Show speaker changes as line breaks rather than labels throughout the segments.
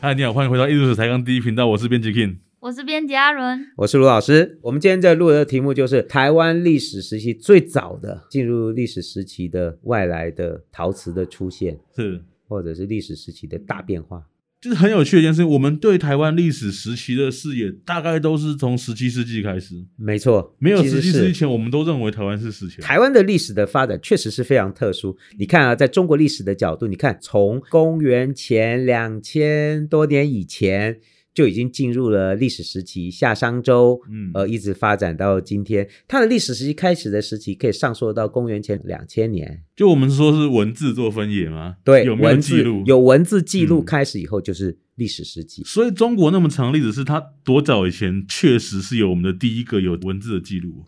嗨，你好，欢迎回到艺术史才刚第一频道，我是编辑 King。
我是编辑阿伦，
我是卢老师。我们今天在录的题目就是台湾历史时期最早的进入历史时期的外来的陶瓷的出现，
是，
或者是历史时期的大变化。
就是很有趣的一件事情，我们对台湾历史时期的视野大概都是从十七世纪开始，
没错，
没有
其
十
实
七世纪
是
前，我们都认为台湾是史前。
台湾的历史的发展确实是非常特殊。你看啊，在中国历史的角度，你看从公元前两千多年以前就已经进入了历史时期，夏商周，
嗯
呃，一直发展到今天。它的历史时期开始的时期可以上溯到公元前两千年。
就我们说是文字做分野吗？
对，
有没有
文
记
字
录？。
有文字记录
嗯
开始以后就是历史时期。
所以中国那么长的历史，是它多早以前确实是有我们的第一个有文字的记录，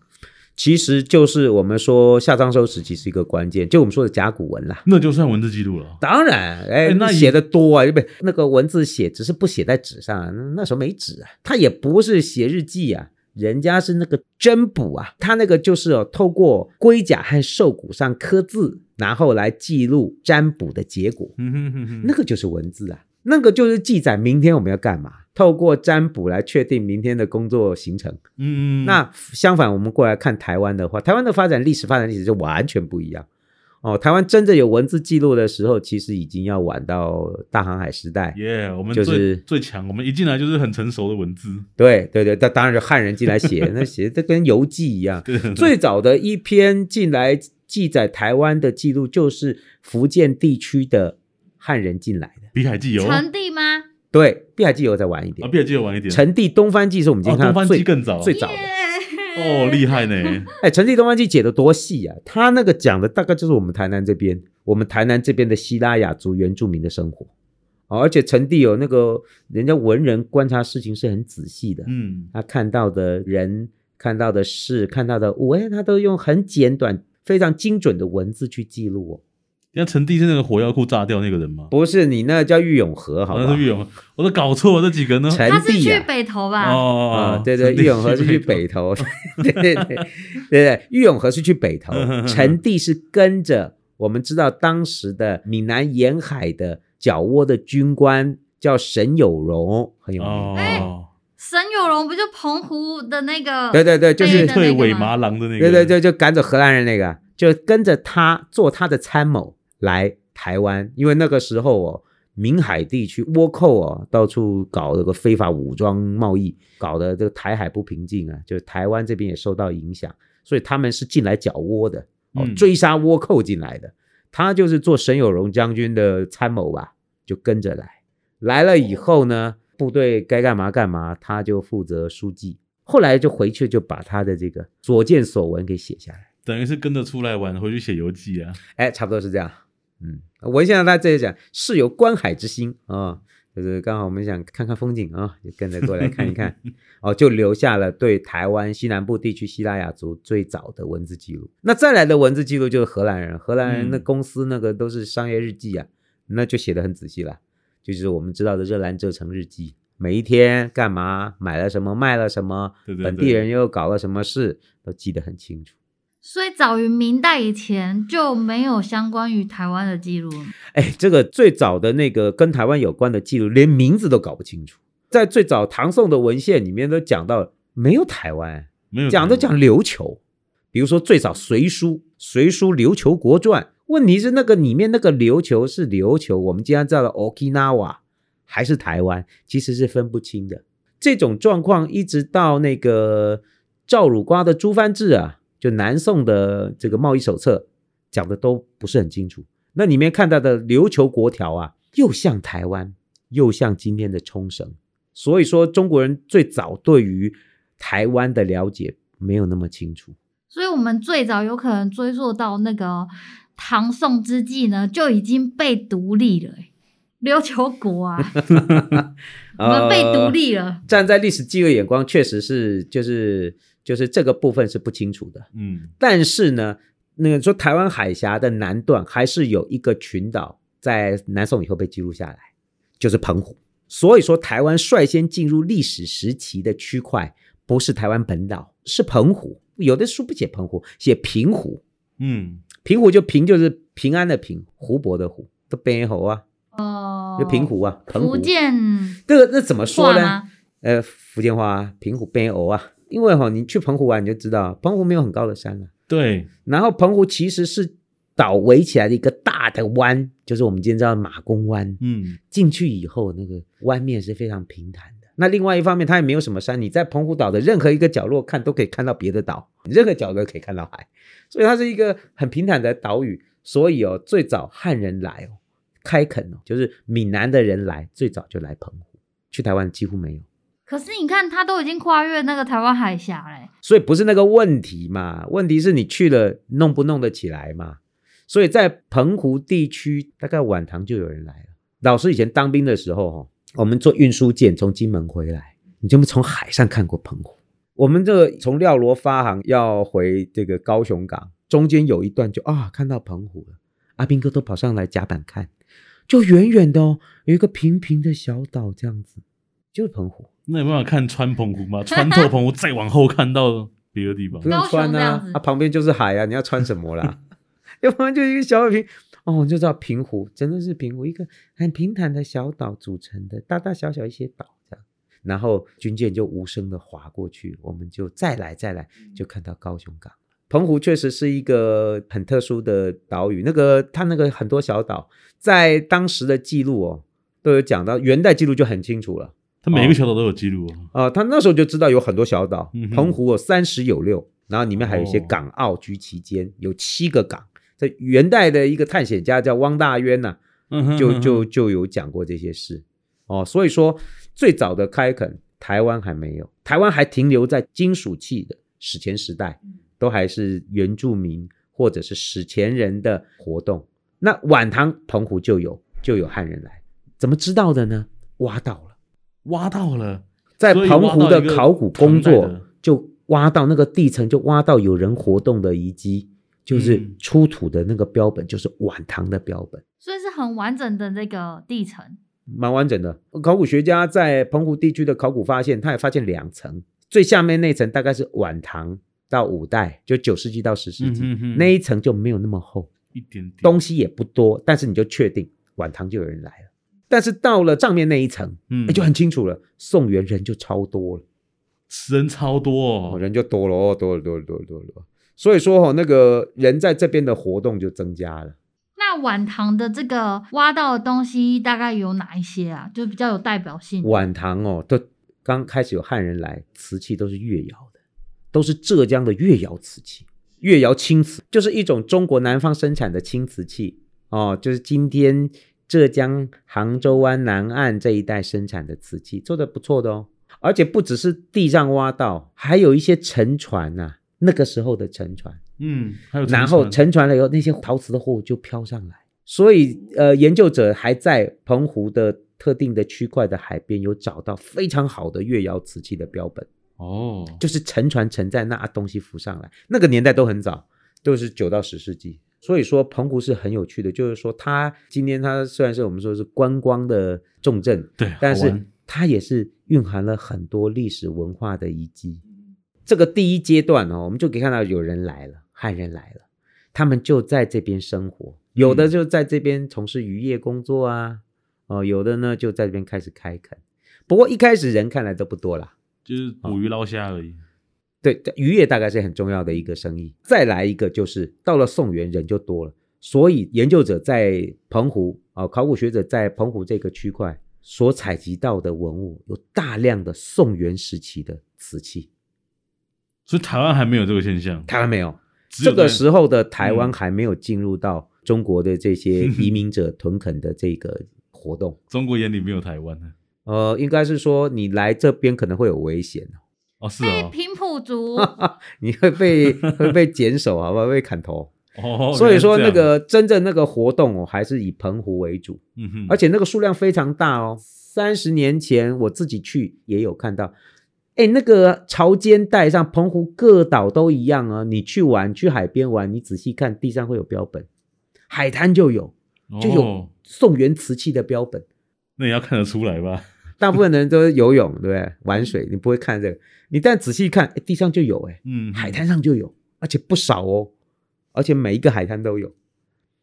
其实就是我们说夏商周时期是一个关键，就我们说的甲骨文啦。
那就算文字记录了。
当然，
哎
哎，
那
写的多啊，不，那个文字写只是不写在纸上啊，那那时候没纸啊，他也不是写日记啊，人家是那个针补啊，他那个就是哦，透过龟甲和兽骨上刻字，然后来记录占卜的结果。
嗯哼哼哼，
那个就是文字啊，那个就是记载明天我们要干嘛，透过占卜来确定明天的工作行程。
嗯，
那相反，我们过来看台湾的话，台湾的发展历史发展历史就完全不一样。哦，台湾真正有文字记录的时候，其实已经要晚到大航海时代。
耶我们最、
就是
最强，我们一进来就是很成熟的文字，
对对对，当当然是汉人进 来写，那写的跟游记一样。
嗯
最早的一篇进来记载台湾的记录，就是福建地区的汉人进来的。
《碧海记游》
成帝吗？
对，《碧海记游》再晚一
啊，
点，
《碧海记游》晚一点，
《陈帝东番记》是我们今
哦，
天
东
看
方
到
记
最、
更早，
最早的。
哦，厉害 呢，
哎，《陈记东方记》解的多细啊！他那个讲的大概就是我们台南这边，我们台南这边的希腊雅族原住民的生活。哦，而且陈帝有那个人家文人观察事情是很仔细的，
嗯，
他看到的人、看到的事、看到的物，哎，他都用很简短、非常精准的文字去记录哦。
那陈帝是那个火药库炸掉那个人吗？
不是你那叫玉永和，好
哦
吧
那？是玉永，我都搞错了这几个呢。
陈
他是
帝
去
呀、
北投
哦
吧？
哦，
啊、
哦
对对，
陈帝
玉永和是去
北
北投，对对对对对，玉永和是去北投
嗯嗯，嗯
陈帝是跟着我们知道当时的闽南沿海的角窝的军官叫沈有荣，很有
投
名。
哎
哦，
沈有荣不就澎湖的那个？
对对对，就
对
是
的
退尾麻郎的那个，
对对对，就赶走荷兰人那个，就跟着他做他的参谋来台湾，因为那个时候哦，闽海地区倭寇哦，到处搞这个非法武装贸易，搞得这个台海不平静啊，就台湾这边也受到影响，所以他们是进来剿倭的，哦
嗯，
追杀倭寇进来的，他就是做沈有荣将军的参谋吧，就跟着来。来了以后呢，部队该干嘛干嘛，他就负责书记。后来就回去就把他的这个所见所闻给写下来，
等于是跟着出来玩，回去写游记啊。
哎，差不多是这样。嗯，文献上他这里讲是有观海之心啊、就是刚好我们想看看风景啊、就跟着过来看一 看，哦，就留下了对台湾西南部地区希腊雅族最早的文字记录。那再来的文字记录就是荷兰人，荷兰人那
嗯
公司那个都是商业日记啊，那就写的很仔细了。就是我们知道的热兰遮城日记，每一天干嘛，买了什么，卖了什么，
对对
本
对
地人又搞了什么事，都记得很清楚。
所以早于明代以前就没有相关于台湾的记录。
哎，这个最早的那个跟台湾有关的记录，连名字都搞不清楚。在最早唐宋的文献里面都讲到没有台湾，
没有
讲都讲琉球，比如说最早《隋书》，《隋书·琉球国传》，问题是那个里面那个琉球是琉球，我们今天知道的 Okinawa 还是台湾，其实是分不清的。这种状况一直到那个赵汝瓜的《朱藩志》啊，就南宋的这个贸易手册讲的都不是很清楚。那里面看到的琉球国条啊，又像台湾，又像今天的冲绳，所以说中国人最早对于台湾的了解没有那么清楚。
所以我们最早有可能追溯到那个唐宋之际呢，就已经被独立了、欸。琉球国 啊，我
哦
们被独立了。
呃站在历史记录眼光，确实是就是就是这个部分是不清楚的。
嗯，
但是呢，那个说台湾海峡的南段还是有一个群岛在南宋以后被记录下来，就是澎湖。所以说，台湾率先进入历史时期的区块不是台湾本岛，是澎湖。有的书不写澎湖，写平湖。
嗯，
平湖就平就是平安的平，湖泊的湖，都北侯啊。
哦、
就平湖啊，澎湖
福建
这个那怎么说
话
呢？
吗？
呃，福建话、啊，平湖边偶啊，因为哈、你去澎湖玩、你就知道，澎湖没有很高的山了、
对，
然后澎湖其实是岛围起来的一个大的湾，就是我们今天知道的马公湾。
嗯，
进去以后，那个湾面是非常平坦的。那另外一方面，它也没有什么山，你在澎湖岛的任何一个角落看，都可以看到别的岛，任何角落可以看到海，所以它是一个很平坦的岛屿。所以哦，最早汉人来哦，开垦哦，就是闽南的人来，最早就来澎湖，去台湾几乎没有。
可是你看，他都已经跨越那个台湾海峡欸嘞，
所以不是那个问题嘛，问题是你去了弄不弄得起来嘛。所以在澎湖地区，大概晚唐就有人来了。老师以前当兵的时候，哦，我们坐运输舰从金门回来，你就没从海上看过澎湖。我们这个从廖罗发航要回这个高雄港，中间有一段就啊看到澎湖了，阿兵哥都跑上来甲板看，就远远的哦，有一个平平的小岛这样子，就是澎湖。
那有办法看穿澎湖 吗？穿透澎湖，再往后看到别的地方
不。用穿
高雄这样
啊
子，
啊旁边就是海啊，你要穿什么 啦？要不然就一个小海平，哦，你就知道平湖真的是平湖，一个很平坦的小岛组成的，大大小小一些岛这样。然后军舰就无声的划过去，我们就再来再来，
嗯
就看到高雄港。澎湖确实是一个很特殊的岛屿，那个它那个很多小岛，在当时的记录哦，都有讲到，元代记录就很清楚了。
它每一个小岛都有记录哦。
啊、他那时候就知道有很多小岛
嗯，哼
澎湖有三十有六，然后里面还有一些
哦
港澳居其间，有七个港。在元代的一个探险家叫汪大渊呐、
嗯哼
就就
嗯
就有讲过这些事哦。所以说，最早的开垦，台湾还没有，台湾还停留在金属器的史前时代，都还是原住民或者是史前人的活动。那晚唐澎湖就有就有汉人来，怎么知道的呢？挖到了。
哼挖到了，
在
所以
澎
挖
湖
到
的
一个
考古工
唐代
作
的，
就挖到那个地层，就挖到有人活动的遗迹，就是
嗯
出土的那个标本，就是晚唐的标本，
所以是很完整的这个地层。
蛮完整的。考古学家在澎湖地区的考古发现，他也发现两层，最下面那层大概是晚唐到五代，就九世纪到十世纪、
嗯哼哼
那一层就没有那么厚，
一点点
东，西也不多，但是你就确定晚唐就有人来了。但是到了上面那一层，
嗯
那哎就很清楚了，宋元人就超多了。
人超多
哦，
哦。
人就多了哦，多了多了多了多了。所以说哦，那个人在这边的活动就增加了。
那晚唐的这个挖到的东西大概有哪一些啊？就比较有代表性。
晚唐哦，都刚开始有汉人来，瓷器都是越窑的，都是浙江的越窑瓷器。越窑青瓷就是一种中国南方生产的青瓷器哦，就是今天浙江杭州湾南岸这一带生产的瓷器，做的不错的哦。而且不只是地上挖到，还有一些沉船呐、那个时候的沉船。
嗯，还有沉船
然后沉船了以后，那些陶瓷的货物就飘上来。所以，呃，研究者还在澎湖的特定的区块的海边有找到非常好的越窑瓷器的标本，
哦，
就是沉船沉在那啊东西浮上来，那个年代都很早，都是九到十世纪。所以说，澎湖是很有趣的，就是说它今天它虽然是我们说是观光的重镇，
对，
但
好
是
玩
它也是蕴含了很多历史文化的遗迹。这个第一阶段哦，我们就可以看到有人来了，汉人来了，他们就在这边生活，有
嗯
的就在这边从事渔业工作啊，哦，有的呢就在这边开始开垦。不过一开始人看来都不多啦，
就是捕鱼捞虾而已。
对，渔业大概是很重要的一个生意。再来一个就是到了宋元人就多了，所以研究者在澎湖啊、考古学者在澎湖这个区块所采集到的文物有大量的宋元时期的瓷器，
所以台湾还没有这个现象，
台湾没有。
只有
这个
在
时候的台湾
嗯
还没有进入到中国的这些移民者屯垦的这个活动，
中国眼里没有台湾啊呢。
呃，应该是说你来这边可能会有危险，啊
哦，是
被
哦，
哎平埔族
你会 被会被剪手，好不好？被砍头。
哦，
哎所以说
原来
那
是这样，
个真正那个活动哦，还是以澎湖为主，
嗯哼，
而且那个数量非常大哦。三十年前我自己去也有看到，哎，那个潮间带上澎湖各岛都一样啊。你去玩，去海边玩，你仔细看地上会有标本，海滩就有就有
哦，
宋元瓷器的标本。
那也要看得出来吧？
大部分人都是游泳，对不对？玩水你不会看这个，你但仔细看，哎，地上就有哎、诶
嗯，
海滩上就有，而且不少哦，而且每一个海滩都有。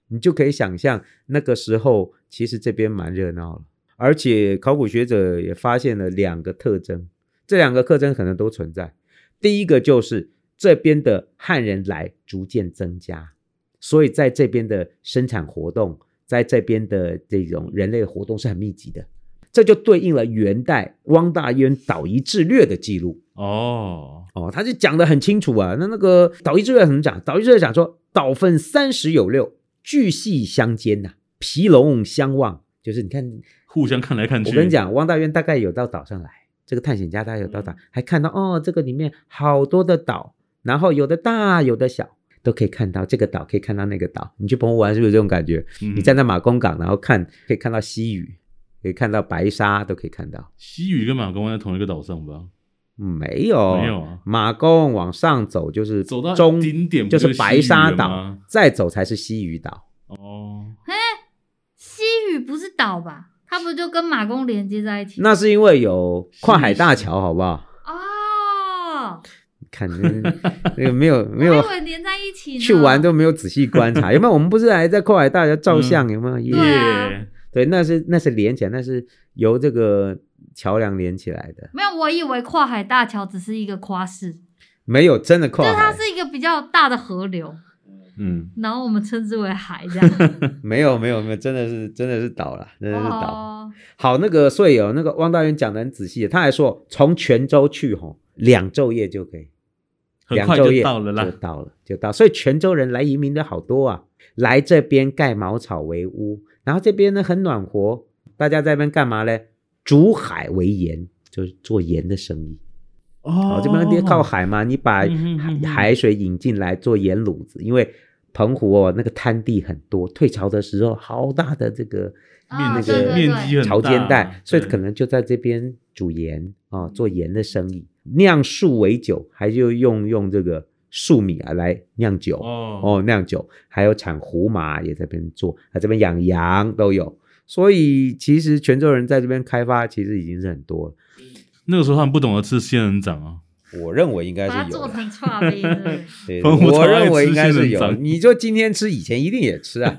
你就可以想象那个时候其实这边蛮热闹了。而且考古学者也发现了两个特征，这两个特征可能都存在。第一个就是这边的汉人来逐渐增加，所以在这边的生产活动，在这边的这种人类的活动是很密集的。这就对应了元代汪大渊导夷制略的记录
哦，
哦，他就讲得很清楚啊。那那个导夷制略怎么讲？导夷制略讲说，岛分三十有六，巨细相间呐、皮龙相望。就是
嗯
你看，
互相看来看去。
我跟你，讲，汪大渊大概有到岛上来，这个探险家他有到岛，
嗯
还看到哦，这个里面好多的岛，然后有的大，有的小，都可以看到这个岛，可以看到那个岛。你去澎湖玩是不是有这种感觉？
嗯
你站在马公港，然后看可以看到西屿，可以看到白沙，都可以看到。
西屿跟马公湾在同一个岛上吧？
嗯没有，
没有啊
马公往上走就是
走到
中
顶点不
就
就是
白
西
沙
屿了
岛
吗，
再走才是西屿岛。
哦，
西屿不是岛吧？它不就跟马公连接在一起？
那是因为有跨海大
西屿
桥，好不好？
哦，
看那个没有没
我
有
以为连在一起呢。
去玩都没有仔细 观察，有没有？我们不是还在跨海大桥照
嗯
相，有没有？
耶、
对啊
对，那是那是连起来，那是由这个桥梁连起来的，
没有，我以为跨海大桥只是一个夸饰，
没有真的
就
跨
是它
海，
是一个比较大的河流，
嗯，
然后我们称之为海这 样。
没有没有没有，真的是真的是岛了，真的是岛。
哦，
好，那个所以哦，那个汪大渊讲的很仔细，他还说从泉州去吼，两昼夜就可以，
很
两
快
昼夜
就到了
就
啦。
到了，就到。所以泉州人来移民的好多啊，来这边盖茅草为屋，然后这边呢很暖和，大家在那边干嘛嘞？煮海为盐，就是做盐的生意。
哦
哦，这边靠，海嘛，你把
嗯哼
海
嗯哼
海水引进来做盐卤子，因为澎湖哦那个滩地很多，退潮的时候好大的这个
啊
面积、
对对对
面积很大
潮间带，所以
对
可能就在这边煮盐啊、哦做盐的生意，酿树为酒，还就用用这个粟米啊来酿酒哦
哦
酿酒，还有产胡麻也在这边做，啊这边养羊都有，所以其实泉州人在这边开发其实已经是很多了，
那个时候他们不懂得吃仙人掌啊，
我认为应该
把它
是有
做
的。
成串杯是不是
对，
澎湖
我
超爱
认为
吃
应该
仙
是
人
有，
掌
你就今天吃，以前一定也 吃啊，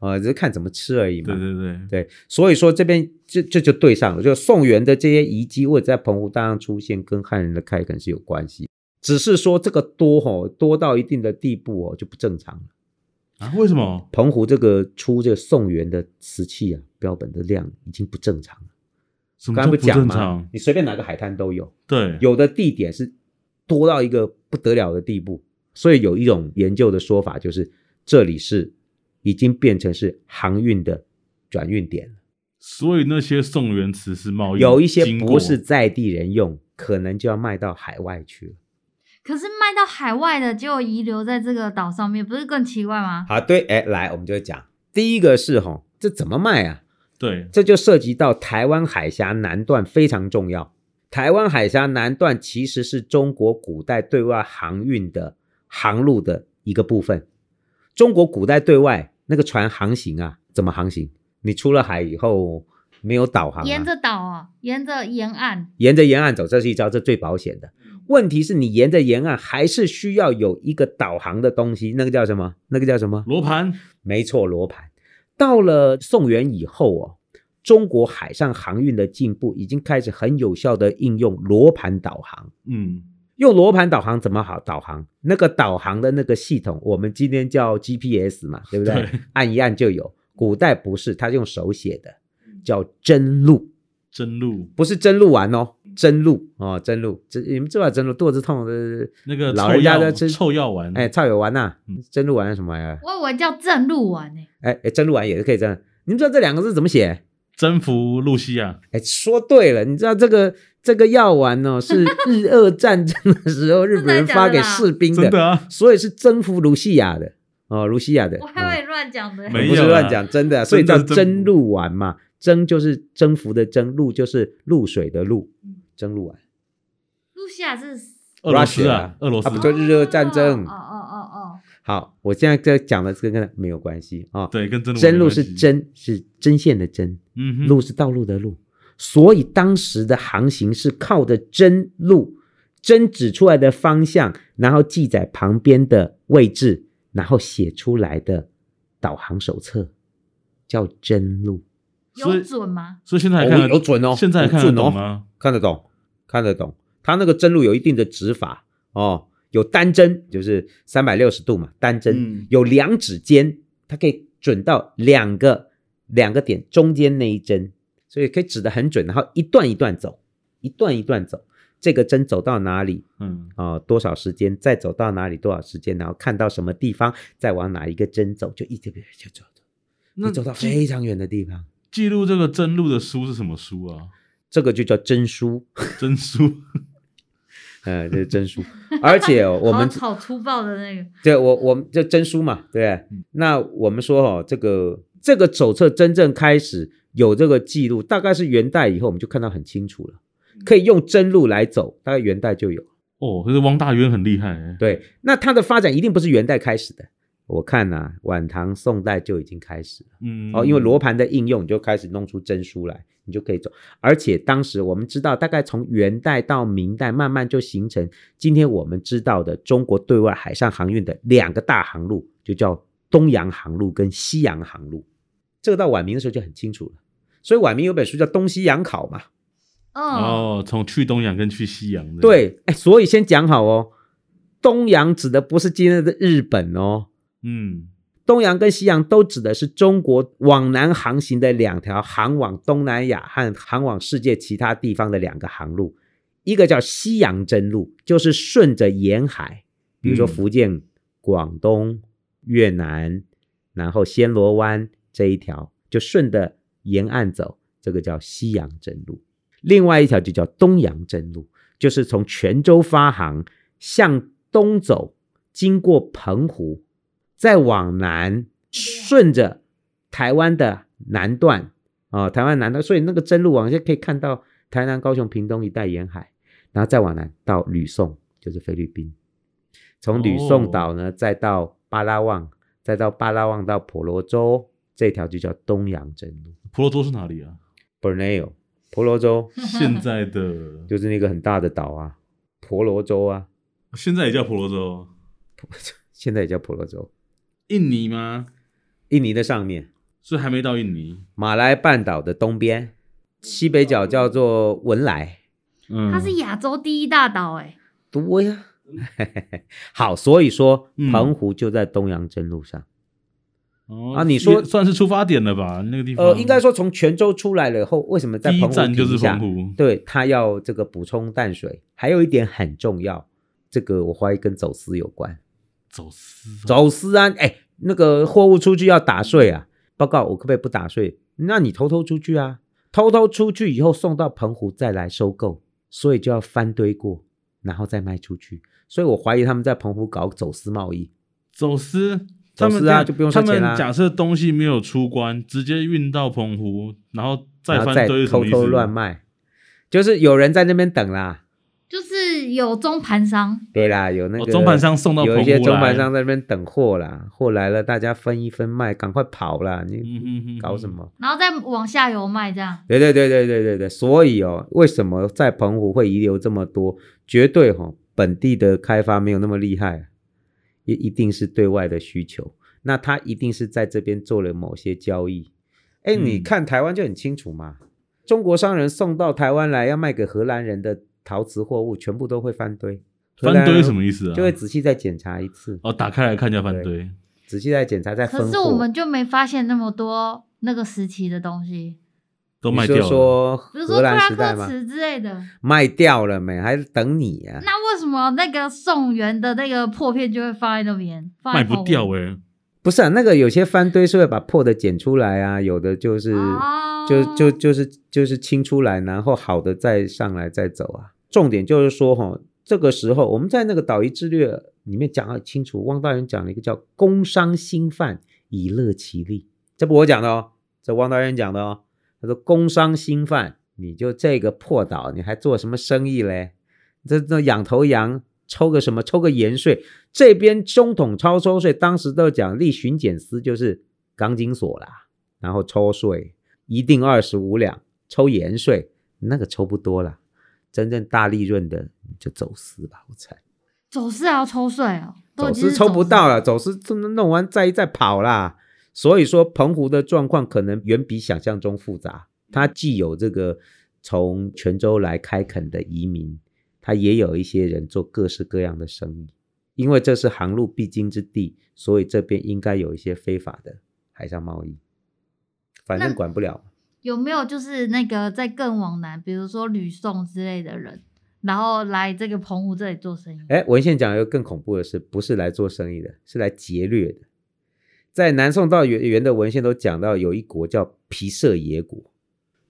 呃，只是看怎么吃而已嘛。
对对对，
对，所以说这边这这就对上了，就宋元的这些遗迹或者在澎湖大量出现，跟汉人的开垦是有关系。只是说这个多吼、多到一定的地步哦就不正常了。
啊，为什么？
澎湖这个出这个宋元的瓷器啊标本的量已经不正常了，
什么叫
刚才
嗯不
不讲
正
嘛
常？，
你随便哪个海滩都有，
对，
有的地点是多到一个不得了的地步，所以有一种研究的说法就是，这里是已经变成是航运的转运点了。
所以那些宋元祠是贸易
哦有一些
经
不
过
是在地人用，可能就要卖到海外去了。
可是卖到海外的，就遗留在这个岛上面，不是更奇怪吗？
好，对，哎，来，我们就讲第一个是哈，这怎么卖啊？
对，
这就涉及到台湾海峡南段非常重要。台湾海峡南段其实是中国古代对外航运的航路的一个部分。中国古代对外那个船航行啊，怎么航行？你出了海以后没有导航、啊，
沿着岛啊，沿着沿岸，
沿着沿岸走，这是一招，这最保险的。问题是你沿着沿岸还是需要有一个导航的东西，那个叫什么？那个叫什么？
罗盘
没错，罗盘。到了宋元以后哦，中国海上航运的进步已经开始很有效的应用罗盘导航。
嗯，
用罗盘导航怎么好导航？那个导航的那个系统，我们今天叫 GPS 嘛，对不对？
对
按一按就有。古代不是，它是用手写的，叫真录。
真路
不是真露丸哦，真露哦，真露，这你们知道真露肚子痛的，
那个
老
臭
人家
药
在吃
臭药丸，
哎，草有丸呐、
嗯
真露丸是什么呀？
我以为叫正路丸呢、
哎哎，真露丸也是可以这样。你们知道这两个字怎么写？
征服露西亚，
哎，说对了，你知道这个这个药丸哦，是日俄战争的时候日本人发给士兵
真的啊，
所以是征服卢西亚的哦，卢西亚的。
我
哦
还啊以为乱讲的、
没
不是
有
乱
啦
讲，真的，啊所以叫
真的是征服
真鹿丸嘛，征就是征服的征，鹿就是露水的露，真鹿丸。
露西亚是
俄罗斯啊，
Russia
俄罗斯
啊不，对日俄战争
哦哦哦哦，
好，我现在在讲的这个跟没有关系啊。
对，跟真路
真
没
路
关
是
系，
针是针线的针，
嗯哼，
路是道路的路，所以当时的航行是靠着针路，针指出来的方向，然后记载旁边的位置，然后写出来的导航手册，叫真路。
所以
有准吗？
所以现在还看得
有准哦，
现在还
有
看得
准
懂
哦，
吗？
看得懂，看得懂。它那个针路有一定的指法哦，有单针，就是三百六十度嘛，单针、
嗯
有两指尖，它可以准到两个两个点中间那一针，所以可以指得很准，然后一段一段走，一段一段走，这个针走到哪里
嗯，
啊、哦多少时间，再走到哪里多少时间，然后看到什么地方，再往哪一个针走，就一直就走走，
那
你走到
记
非常远的地方，
记录这个真录的书是什么书啊？
这个就叫真书。
真书
呃，这是 真书，而且哦、我们
好好粗暴的那个，
对我我们这真书嘛，对不对，那我们说哦，这个这个手册真正开始有这个记录，大概是元代以后，我们就看到很清楚了，可以用真路来走，大概元代就有。
哦，可是汪大渊很厉害、欸，
对，那它的发展一定不是元代开始的，我看呐、啊晚唐、宋代就已经开始了。
嗯，
哦，因为罗盘的应用，你就开始弄出真书来，你就可以走。而且当时我们知道，大概从元代到明代，慢慢就形成今天我们知道的中国对外海上航运的两个大航路，就叫东洋航路跟西洋航路。这个到晚明的时候就很清楚了。所以晚明有本书叫《东西洋考》嘛，
嗯，
哦，从去东洋跟去西洋的，，
对，哎，所以先讲好哦，东洋指的不是今天的日本哦，
嗯，
东洋跟西洋都指的是中国往南航行的两条航往东南亚和航往世界其他地方的两个航路，一个叫西洋真路，就是顺着沿海，比如说
嗯
福建、广东、越南，然后暹罗湾这一条，就顺着沿岸走，这个叫西洋真路。另外一条就叫东洋真路，就是从泉州发航向东走，经过澎湖，再往南顺着台湾的南段啊、台湾南段，所以那个真路往下可以看到台南、高雄、屏东一带沿海，然后再往南到吕宋，就是菲律宾，从吕宋岛呢，再到巴拉望，再到巴拉望到婆罗洲，这条就叫东洋真路
婆罗洲是哪里啊？
（Borneo），婆罗洲。
现在的
就是那个很大的岛啊，婆罗洲啊，
现在也叫婆罗洲，
现在也叫婆罗洲，
印尼吗？
印尼的上面，
所以还没到印尼，
马来半岛的东边，西北角叫做文莱。
嗯，
它是亚洲第一大岛哎、
对呀、好，所以说
嗯
澎湖就在东洋真路上。
哦
啊你说
也算是出发点了吧？那个地方，
呃，应该说从泉州出来了以后，为什么在
第
澎
一
湖
站就
停
是
一下
澎湖，
对，它要这个补充淡水，还有一点很重要，这个我怀疑跟走私有关。
走私哦，
走私啊，哎，那个货物出去要打税啊，报告我可不可以不打税？那你偷偷出去啊，偷偷出去以后送到澎湖再来收购，所以就要翻堆过，然后再卖出去。所以我怀疑他们在澎湖搞走私贸易，
走私，他
走
们
私啊
在
就不用
他
收钱
们
啦
假设东西没有出关，直接运到澎湖，然后再
然后
翻
再
堆，
偷偷乱。卖，就是有人在那边等啦。
就是有中盘商，
对啦，有那
哦，
个、
中盘商送到澎湖来
有一些中盘商，在那边等货啦，货来了大家分一分卖，赶快跑啦！
嗯
你
哼哼，
搞什？么？
然后再往下游卖这样。
对对对对对对对，所以哦，为什么在澎湖会遗留这么多？绝对哈、本地的开发没有那么厉害，也一定是对外的需求。那他一定是在这边做了某些交易。哎，
嗯
你看台湾就很清楚嘛，中国商人送到台湾来要卖给荷兰人的陶瓷货物，全部都会翻堆。
翻堆是什
么？
么意思啊？
就会仔细再检查一次，
哦，打开来看一下翻堆，
仔细再检查再分
可
货。
是我们就没发现那么多那个时期的东西，
都
你
卖
是
掉了。
说
比如说
荷
克
兰
拉
时代
克
吗？
瓷之类的。
卖掉了没？还等你啊呀、
那为什么那个宋元的那个破片就会放在那边？放在
卖不
澎湖
掉哎、
不是啊，那个有些翻堆是会把破的捡出来啊，有的就是、
哦
就就就是就是清出来，然后好的再上来再走啊。重点就是说哈，这个时候我们在那个岛屿之略里面讲得很清楚，汪大人讲了一个叫“工商兴犯，以乐其利”，这不我讲的哦，这汪大人讲的哦。他说“工商兴犯，你就这个破岛，你还做什么生意嘞？这这养头羊。抽个什么？抽个盐税，这边中统超抽税，当时都讲立巡检司就是港警所啦，然后抽税，一定二十五两，抽盐税那个抽不多啦，真正大利润的你就走私吧，我猜
走私还要抽税哦，都
走
已经
私
是
抽不到
了。
了，走私真的弄完再一再跑啦。所以说澎湖的状况可能远比想象中复杂。它既有这个从泉州来开垦的移民，它也有一些人做各式各样的生意。因为这是航路必经之地，所以这边应该有一些非法的海上贸易，反正
那
管不了。
有没有就是那个在更往南，比如说吕宋之类的人，然后来这个澎湖这里做生意？
哎，文献讲有更恐怖的是，不是来做生意的，是来劫掠的。在南宋到元元的文献都讲到，有一国叫皮舍野国，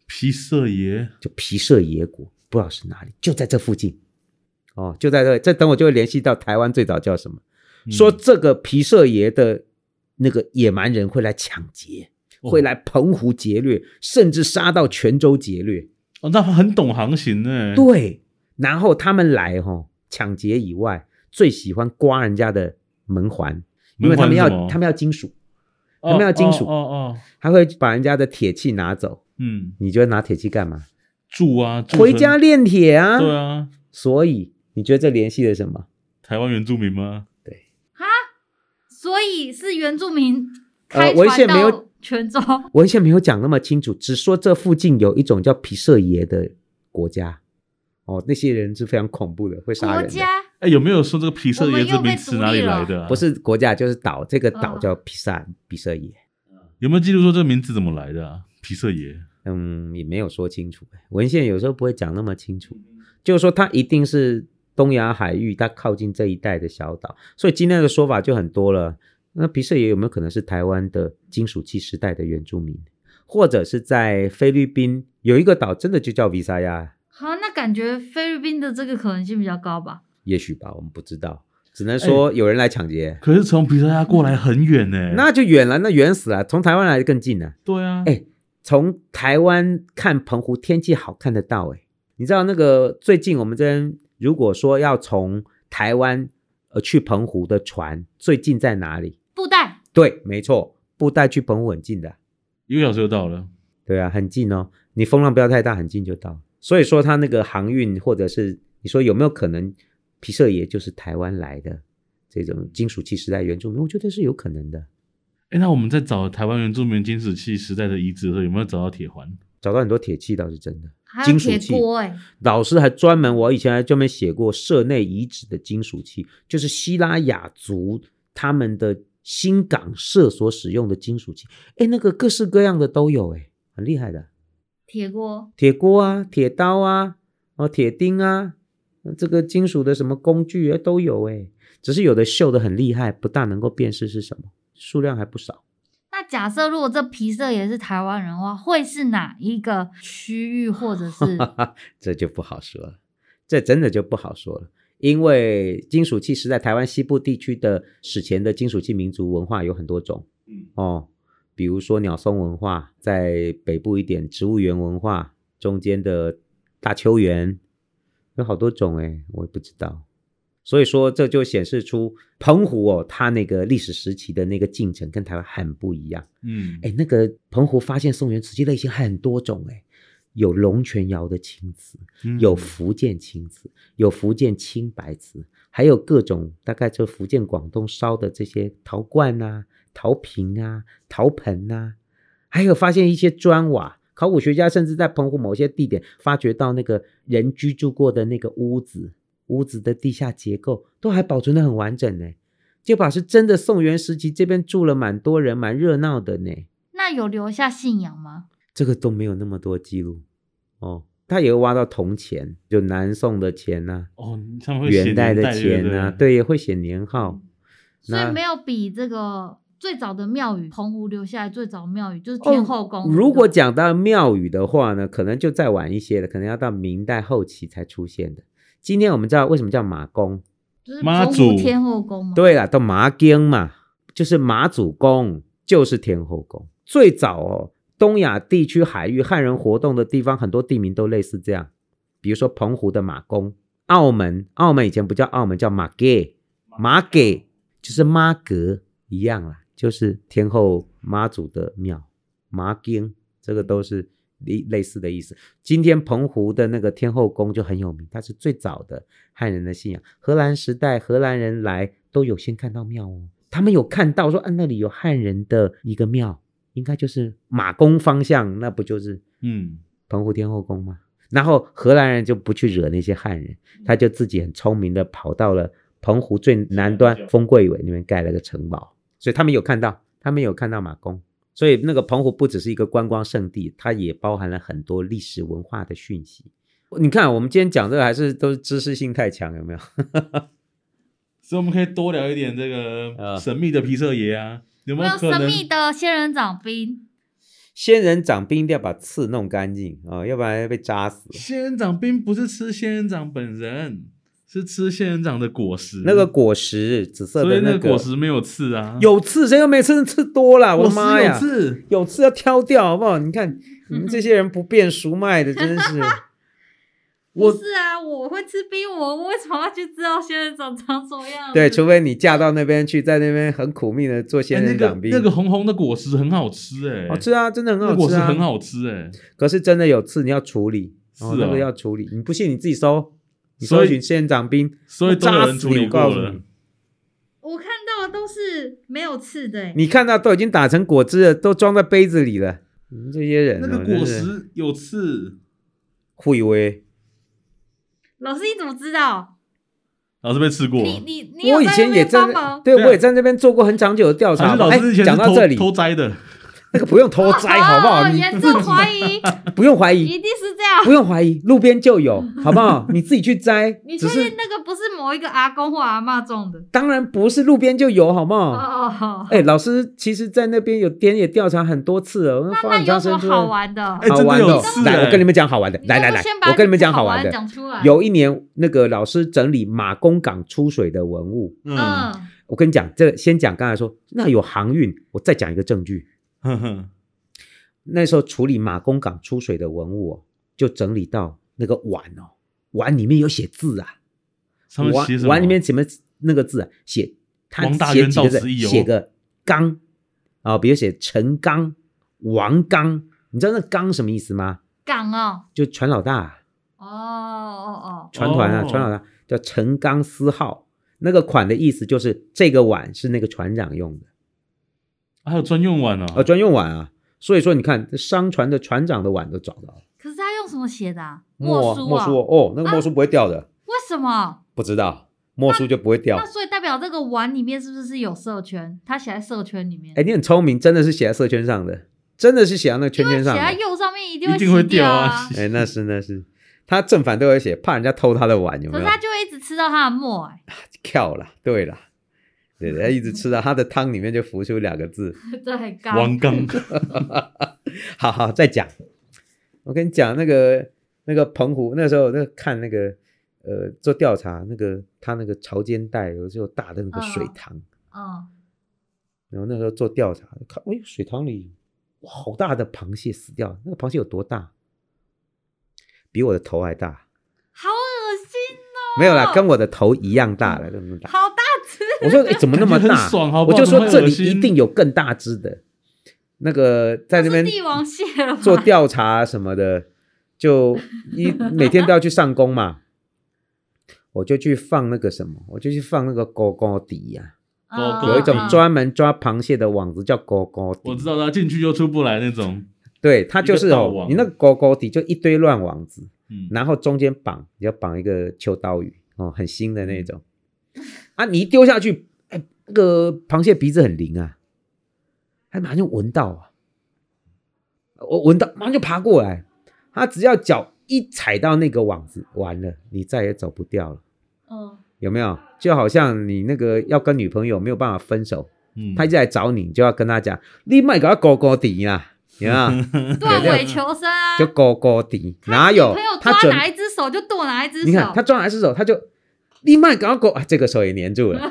皮色爷
就皮舍野国，不知道是哪里，就在这附近。哦，就在这，这等我就会联系到台湾最早叫什么，
嗯
说这个皮舍爷的那个野蛮人会来抢劫，
哦
会来澎湖劫掠，甚至杀到泉州劫掠。
哦，那他很懂航行呢。
对，然后他们来哈、抢劫以外，最喜欢刮人家的门环，因为他们
门环
要
是什么
他们要金属，
哦，
他们要金属
哦哦哦，
他会把人家的铁器拿走。
嗯，
你觉得拿铁器干嘛？
住啊，住
回
成
家练铁啊。
对啊，
所以你觉得这联系了什么？
台湾原住民吗？
所以是原住民开
呃文献
船
没有
到泉州，
文献没有讲那么清楚，只说这附近有一种叫皮舍爷的国家。哦，那些人是非常恐怖的，会杀
国
人的。
家
哎，有没有说这个皮色爷
我们又
这
被
名词哪里
独立了
来的啊？
不是国家就是岛，这个岛
哦
叫皮萨皮舍爷。
有没有记录说这个名字怎么来的啊？皮色爷，
嗯，也没有说清楚。文献有时候不会讲那么清楚，就是说它一定是东亚海域，它靠近这一带的小岛，所以今天的说法就很多了。那皮舍也有没有可能是台湾的金属器时代的原住民，或者是在菲律宾有一个岛真的就叫维萨亚？
好，那感觉菲律宾的这个可能性比较高吧？
也许吧，我们不知道，只能说有人来抢劫，
可是从皮色亚过来很远呢。
那就远了，那远死了。从台湾来更近了。
对啊，
哎从台湾看澎湖，天气好看得到诶、你知道那个最近我们这边如果说要从台湾呃去澎湖的船，最近在哪里？
布袋
对，没错，布袋去澎湖很近的，
一个小时就到了。
对啊，很近哦。你风浪不要太大，很近就到。所以说它那个航运或者是你说有没有可能皮舍爷就是台湾来的这种金属器时代原住民？我觉得是有可能的，
哎，那我们在找台湾原住民金属器时代的遗址的时候，有没有找到铁环？
找到很多铁器倒是真的。
还有
金属
铁
器
锅、欸，哎，
老师还专门，我以前还专门写过社内遗址的金属器，就是希拉雅族他们的新港社所使用的金属器。哎，那个各式各样的都有，哎，很厉害的，
铁锅，
铁锅啊，铁刀啊，哦，铁钉啊，这个金属的什么工具啊都有，哎，只是有的锈的很厉害，不大能够辨识是什么，数量还不少。
那假设如果这皮色也是台湾人的话，会是哪一个区域或者是
这就不好说了，这真的就不好说了。因为金属器时代，台湾西部地区的史前的金属器民族文化有很多种
嗯，
哦，比如说鸟松文化，在北部一点植物园文化，中间的大丘园有好多种哎，我也不知道。所以说，这就显示出澎湖哦，它那个历史时期的那个进程跟台湾很不一样。
嗯，
哎，那个澎湖发现宋元瓷器类型很多种哎，有龙泉窑的青瓷，
嗯
有福建青瓷，有福建青白瓷，还有各种大概就福建、广东烧的这些陶罐啊、陶瓶啊、陶盆啊，还有发现一些砖瓦。考古学家甚至在澎湖某些地点发掘到那个人居住过的那个屋子，屋子的地下结构都还保存的很完整呢。就把是真的宋元时期这边住了蛮多人，蛮热闹的呢。
那有留下信仰吗？
这个都没有那么多记录哦。他也会挖到铜钱，就南宋的钱呐、
哦，他们会写
元代的
年
钱
代
呐、
不
对，也会写年号。
所以
那
没有比这个最早的庙宇，澎湖留下来最早的庙宇就是天后宫。
哦嗯如果讲到庙宇的话呢，可能就再晚一些了，可能要到明代后期才出现的。今天我们知道为什么叫马公，
就是
妈
澎
祖
湖天后宫嘛，
对了，到麻经嘛，就是马祖宫，就是天后宫。最早哦，东亚地区海域汉人活动的地方，很多地名都类似这样，比如说澎湖的马公，澳门，澳门以前不叫澳门，叫马给，马给就是妈格一样啦，就是天后妈祖的庙，马经，这个都是类类似的意思。今天澎湖的那个天后宫就很有名，它是最早的汉人的信仰。荷兰时代荷兰人来都有先看到庙哦，他们有看到说，啊，那里有汉人的一个庙，应该就是马公方向，那不就是
嗯，
澎湖天后宫吗？然后荷兰人就不去惹那些汉人，
嗯
他就自己很聪明的跑到了澎湖最南端丰贵尾那边盖了个城堡，所以他们有看到，他们有看到马公，所以那个澎湖不只是一个观光胜地，它也包含了很多历史文化的讯息。你看，我们今天讲这个还是都是知识性太强，有没有？
所以我们可以多聊一点这个
啊
神秘的皮色爷啊，有没
没有
可
神
能？
秘的仙人掌冰，
仙人掌冰一定要把刺弄干净啊、要不然被扎死。
仙人掌冰不是吃仙人掌本人，是吃仙人掌的果实。
那个果实，紫色
所
的
以那
个
果实没有刺啊，
有刺，谁又没刺？刺多了，我
果
的
实
妈呀！
有刺，
有刺要挑掉，好不好？你
嗯
看你们这些人不变熟 卖的，真是
不
我
是啊，我会吃冰，我为什么要去知道仙人掌长什么样子？
对，除非你嫁到那边去，在那边很苦命的做仙
哎
人掌
那
兵。
个那个红红的果实很好吃哎，
好吃啊，真的很
那
好
果
吃
实
啊，
很。好吃哎，
可是真的有刺，你要处理，哦
是
那
哦
个要处理。你不信你自己搜，你
所
搜
以
寻仙人掌兵，
所以都有
扎
人
死
处
你
理
我
过
告诉
了
你。
我看到的都是没有刺的、欸，
你看到都已经打成果汁了，都装在杯子里了。你们这些人
那
哦，
个
真
果
是
实有刺，
会为
老师你怎么知道？
老师被吃过。
你你你
我
有
以
在
前
那
也
边
在
帮
那，
忙？
对
对啊
我也在那边做过很长久的调
还
查
是
嘛。
老师以
哎，
前是
讲到
偷
这里，
偷摘的，
那个不用偷 摘，好不好？
哦
你
严重怀 疑，
不用怀疑，
一定是这样。
不用怀疑，路边就 有，好不好？你自己去摘
你，确
只
定
是
那个不是某一个阿公或阿嬷种的？
当然不是路边就有，好不
哦
好？
哦哦，
哎，老师，其实，在那边有点也调查很多次了，
那
花
那
很
有
长
什
时
么
间出
好
来。
玩的？
哎真的
玩
有
的
刺，
来，
哎
我跟你们讲好玩的，
你
来
要
来
不
来
先把，
我跟你们讲
好
玩的。
讲出来。，
有一年，那个老师整理马公港出水的文物，
嗯，
嗯，
我跟你讲，这个先讲刚才说那有航运，我再讲一个证据。
哼哼，
那时候处理马公港出水的文物、哦，就整理到那个碗哦，碗里面有写字啊，
他们
碗
写什么？
碗里面什么那个字啊，写他
王大
写
渊
几
到
个字
此，一游
写个刚啊、比如写陈刚、王刚，你知道那刚什么意思吗？
港哦，
就船老大、啊
哦哦哦，
船团啊，
哦
船老大叫陈刚丝号。那个款的意思就是这个碗是那个船长用的，
还有专用碗哦，
呃，专用碗啊。所以说你看，这商船的船长的碗都找到了，
可是他用什么写的啊？
墨
书
墨
啊？
书哦，那个墨书不会掉的。
为什么？
不知道，墨书就不会掉
那。所以代表这个碗里面是不是有社圈？他写在社圈里面
哎，，你很聪明，真的是写在色圈上的，真的是写在那个圈圈
哦写
上
在
的。
右上面一定
一
会
定会
洗
掉
啊。
哎，那是那是，他正反都有写，怕人家偷他的碗，有
可
没
是
有？
他就会一直吃到他的墨，哎，
跳了，对了，对，他一直吃到他的汤里面就浮出两个字。
这很高。
王刚，
好好，再讲。我跟你讲，那个那个澎湖那时候，那个看那个呃做调查，那个他那个潮间带有时候大的那个水
嗯
塘，
嗯，
然后那时候做调查，看，哎，水塘里哇，好大的螃蟹死掉了，那个螃蟹有多大？比我的头还大，
好恶心，
没有啦，跟我的头一样大了，这么大。
哦好大只。
我说，哎，怎么那么
感觉
大
很？爽，好不
我
好？
就
怎
说
么
这
会恶
里
心
一定有更大只的。那个在那边
是帝王蟹了吧？
做调查什么的，就一每天都要去上工嘛，我就去放那个什么，我就去放那个高高底呀、
嗯
狗
有一种
嗯
专门抓螃蟹的网子叫高高底。
我知道他进去就出不来那种，
对，它就是
一个道
哦，
网
你那个勾勾底就一堆乱网子，
嗯，
然后中间绑，你要绑一个秋刀鱼哦，很新的
嗯
那种。啊，你一丢下去，哎，那个螃蟹鼻子很灵啊，它马上就闻到啊，我闻到马上就爬过来，它只要脚一踩到那个网子，完了，你再也走不掉了，
嗯，
有没有？就好像你那个要跟女朋友没有办法分手，
嗯，
她一直来找你，你就要跟她讲，你卖给她勾勾底啊，你看。
断尾求生啊！
就勾勾底，哪有
朋友？
他
抓
准，
哪一只手就剁哪一只手。
你看他抓哪一只手，他就立马搞勾，啊，这个手也粘住 了，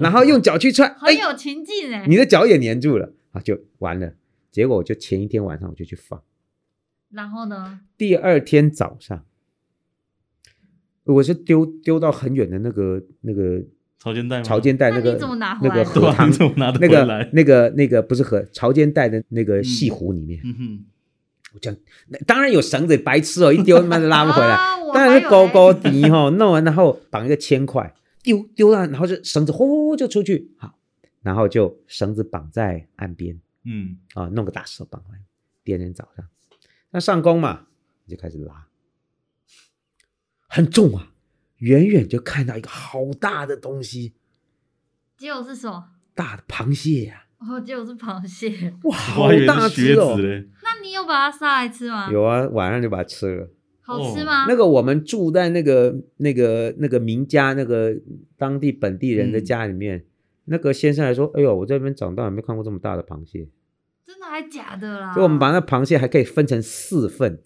然后用脚去踹，哎
很，有情境哎。
你的脚也粘住了，啊，就完了。结果我就前一天晚上我就去放，
然后呢？
第二天早上，我是丢丢到很远的那个那个
潮间带吗？
潮间带
那
那个
你怎么拿回
那
来
个
的
对
河
啊，
塘
你怎么拿得
那
回
个
来？
那个那个不是河潮间带的那个西湖里面，
嗯哼，
我讲那当然有绳子， 白痴哦，一丢他妈的拉不回来。
啊我
当
还
然
有
是勾勾
嘞
底哈，弄完然后绑一个铅块，丢丢到，然后就绳子呼呼呼就出去，好，然后就绳子绑在岸边
嗯
啊，弄个大石头绑来。第二天早上，那上工嘛，你就开始拉，很重啊，远远就看到一个好大的东西，
结果是什么？
大的螃蟹呀、
哦，结果是螃蟹。
哇，
我
好
还以为
大
是
只
靴
哦
子！嘞，
那你有把它杀来吃吗？
有啊，晚上就把它吃了。
好吃吗？
那个我们住在那个那个那个名家那个当地本地人的家里面，那个先生还说：“哎呦，我在这边长大也没看过这么大的螃蟹。
真的还假的啦？
所以我们把那螃蟹还可以分成四份，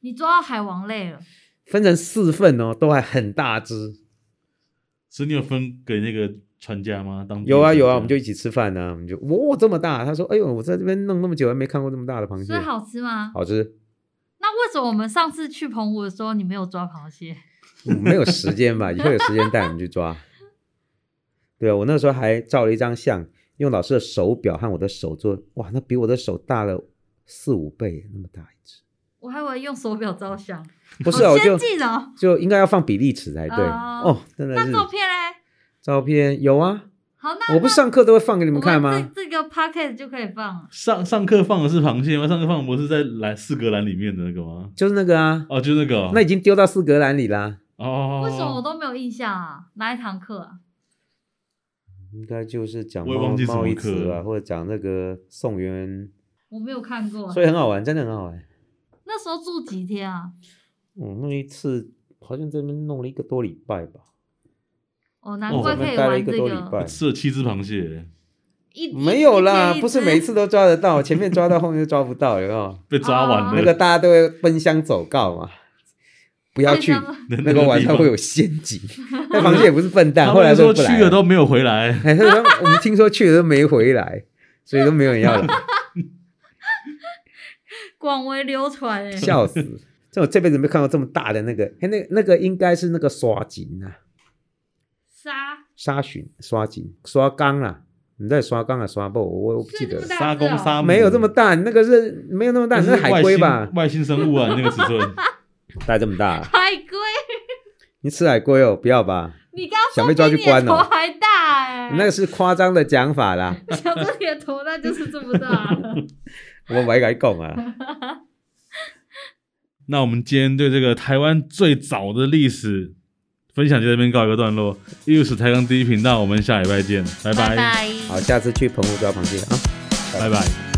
你抓到海王类了，
分成四份哦，都还很大只。
是你有分给那个船家吗？当地的
有啊
船
有啊，
家
我们就一起吃饭呢、我们就哇这么大。他说：“哎呦，我在这边弄那么久，还没看过这么大的螃蟹
所以，好吃吗？
好吃。
那为什么我们上次去澎湖的时候你没有抓螃蟹？
我嗯们没有时间吧？以后有时间带我们去抓。”对啊，我那时候还照了一张相，用老师的手表和我的手做，哇，那比我的手大了四五倍，那么大一只。
我还以为用手表照相，
不是啊，
好
我
先
就
进哦。
就应该要放比例尺才对。
哦
哦，真的
那
是
照片嘞？
照片有啊，
好，那
我不是上课都会放给你
你
们看吗？
这这个 p o c k e t 就可以放了。
上上课放的是螃蟹吗？上课放的不是在篮四格篮里面的那个吗？
就是那个啊，
哦，就那个哦，
那已经丢到四格栏里啦，
哦，
为什么我都没有印象啊？哪一堂课啊？
应该就是讲
我也
贸
忘记什么
贸易词
课
啊，
了
或者讲那个宋元，
我没有看过啊。
所以很好玩，真的很好玩。
那时候住几天啊？
我弄一次好像这边弄了一个多礼拜吧，
哦，难
哦
怪
我
可
们
以
待了一
玩
个
这
多礼拜
我吃了七只螃蟹，
一
没有啦，
一一
不是
只
每一次都抓得到， 前面抓到后面就抓不到，有没有？
被抓完
哦
了。
那个大家都会奔相走告嘛，不要去
奔相，
那个晚上会有陷 阱。那螃蟹也不是笨蛋，
他
后来
们
都
说
不
去
来
了都没有回来，
哎，他说我们听说去了都没回来，所以都没有人 要来，
广为流传哎、
笑死！这我这辈子没看到这么大的那个，哎，那那个应该是那个刷锦啊，
沙
沙鲟、刷锦、刷缸啊，你在刷缸啊刷不？我我不记
是这
得
么，大哦
沙公沙母
没有这么，大，你那个是没有那么大，
那
你
是
那是海龟
外
吧
星？外星生物啊，那个尺 寸
大这么大，
海龟，
你吃海龟哦？不要吧，
你刚刚
想
说
被抓去
比你的
关哦
头还大哎、
那个是夸张的讲法啦。
想说你的头那就是这么大了。
我咪解讲啊，
那我们今天对这个台湾最早的历史分享就在这边告一个段落。艺术史台港第一频道，我们下礼拜见，拜
拜拜
好，下次去澎湖抓螃蟹啊。
拜拜。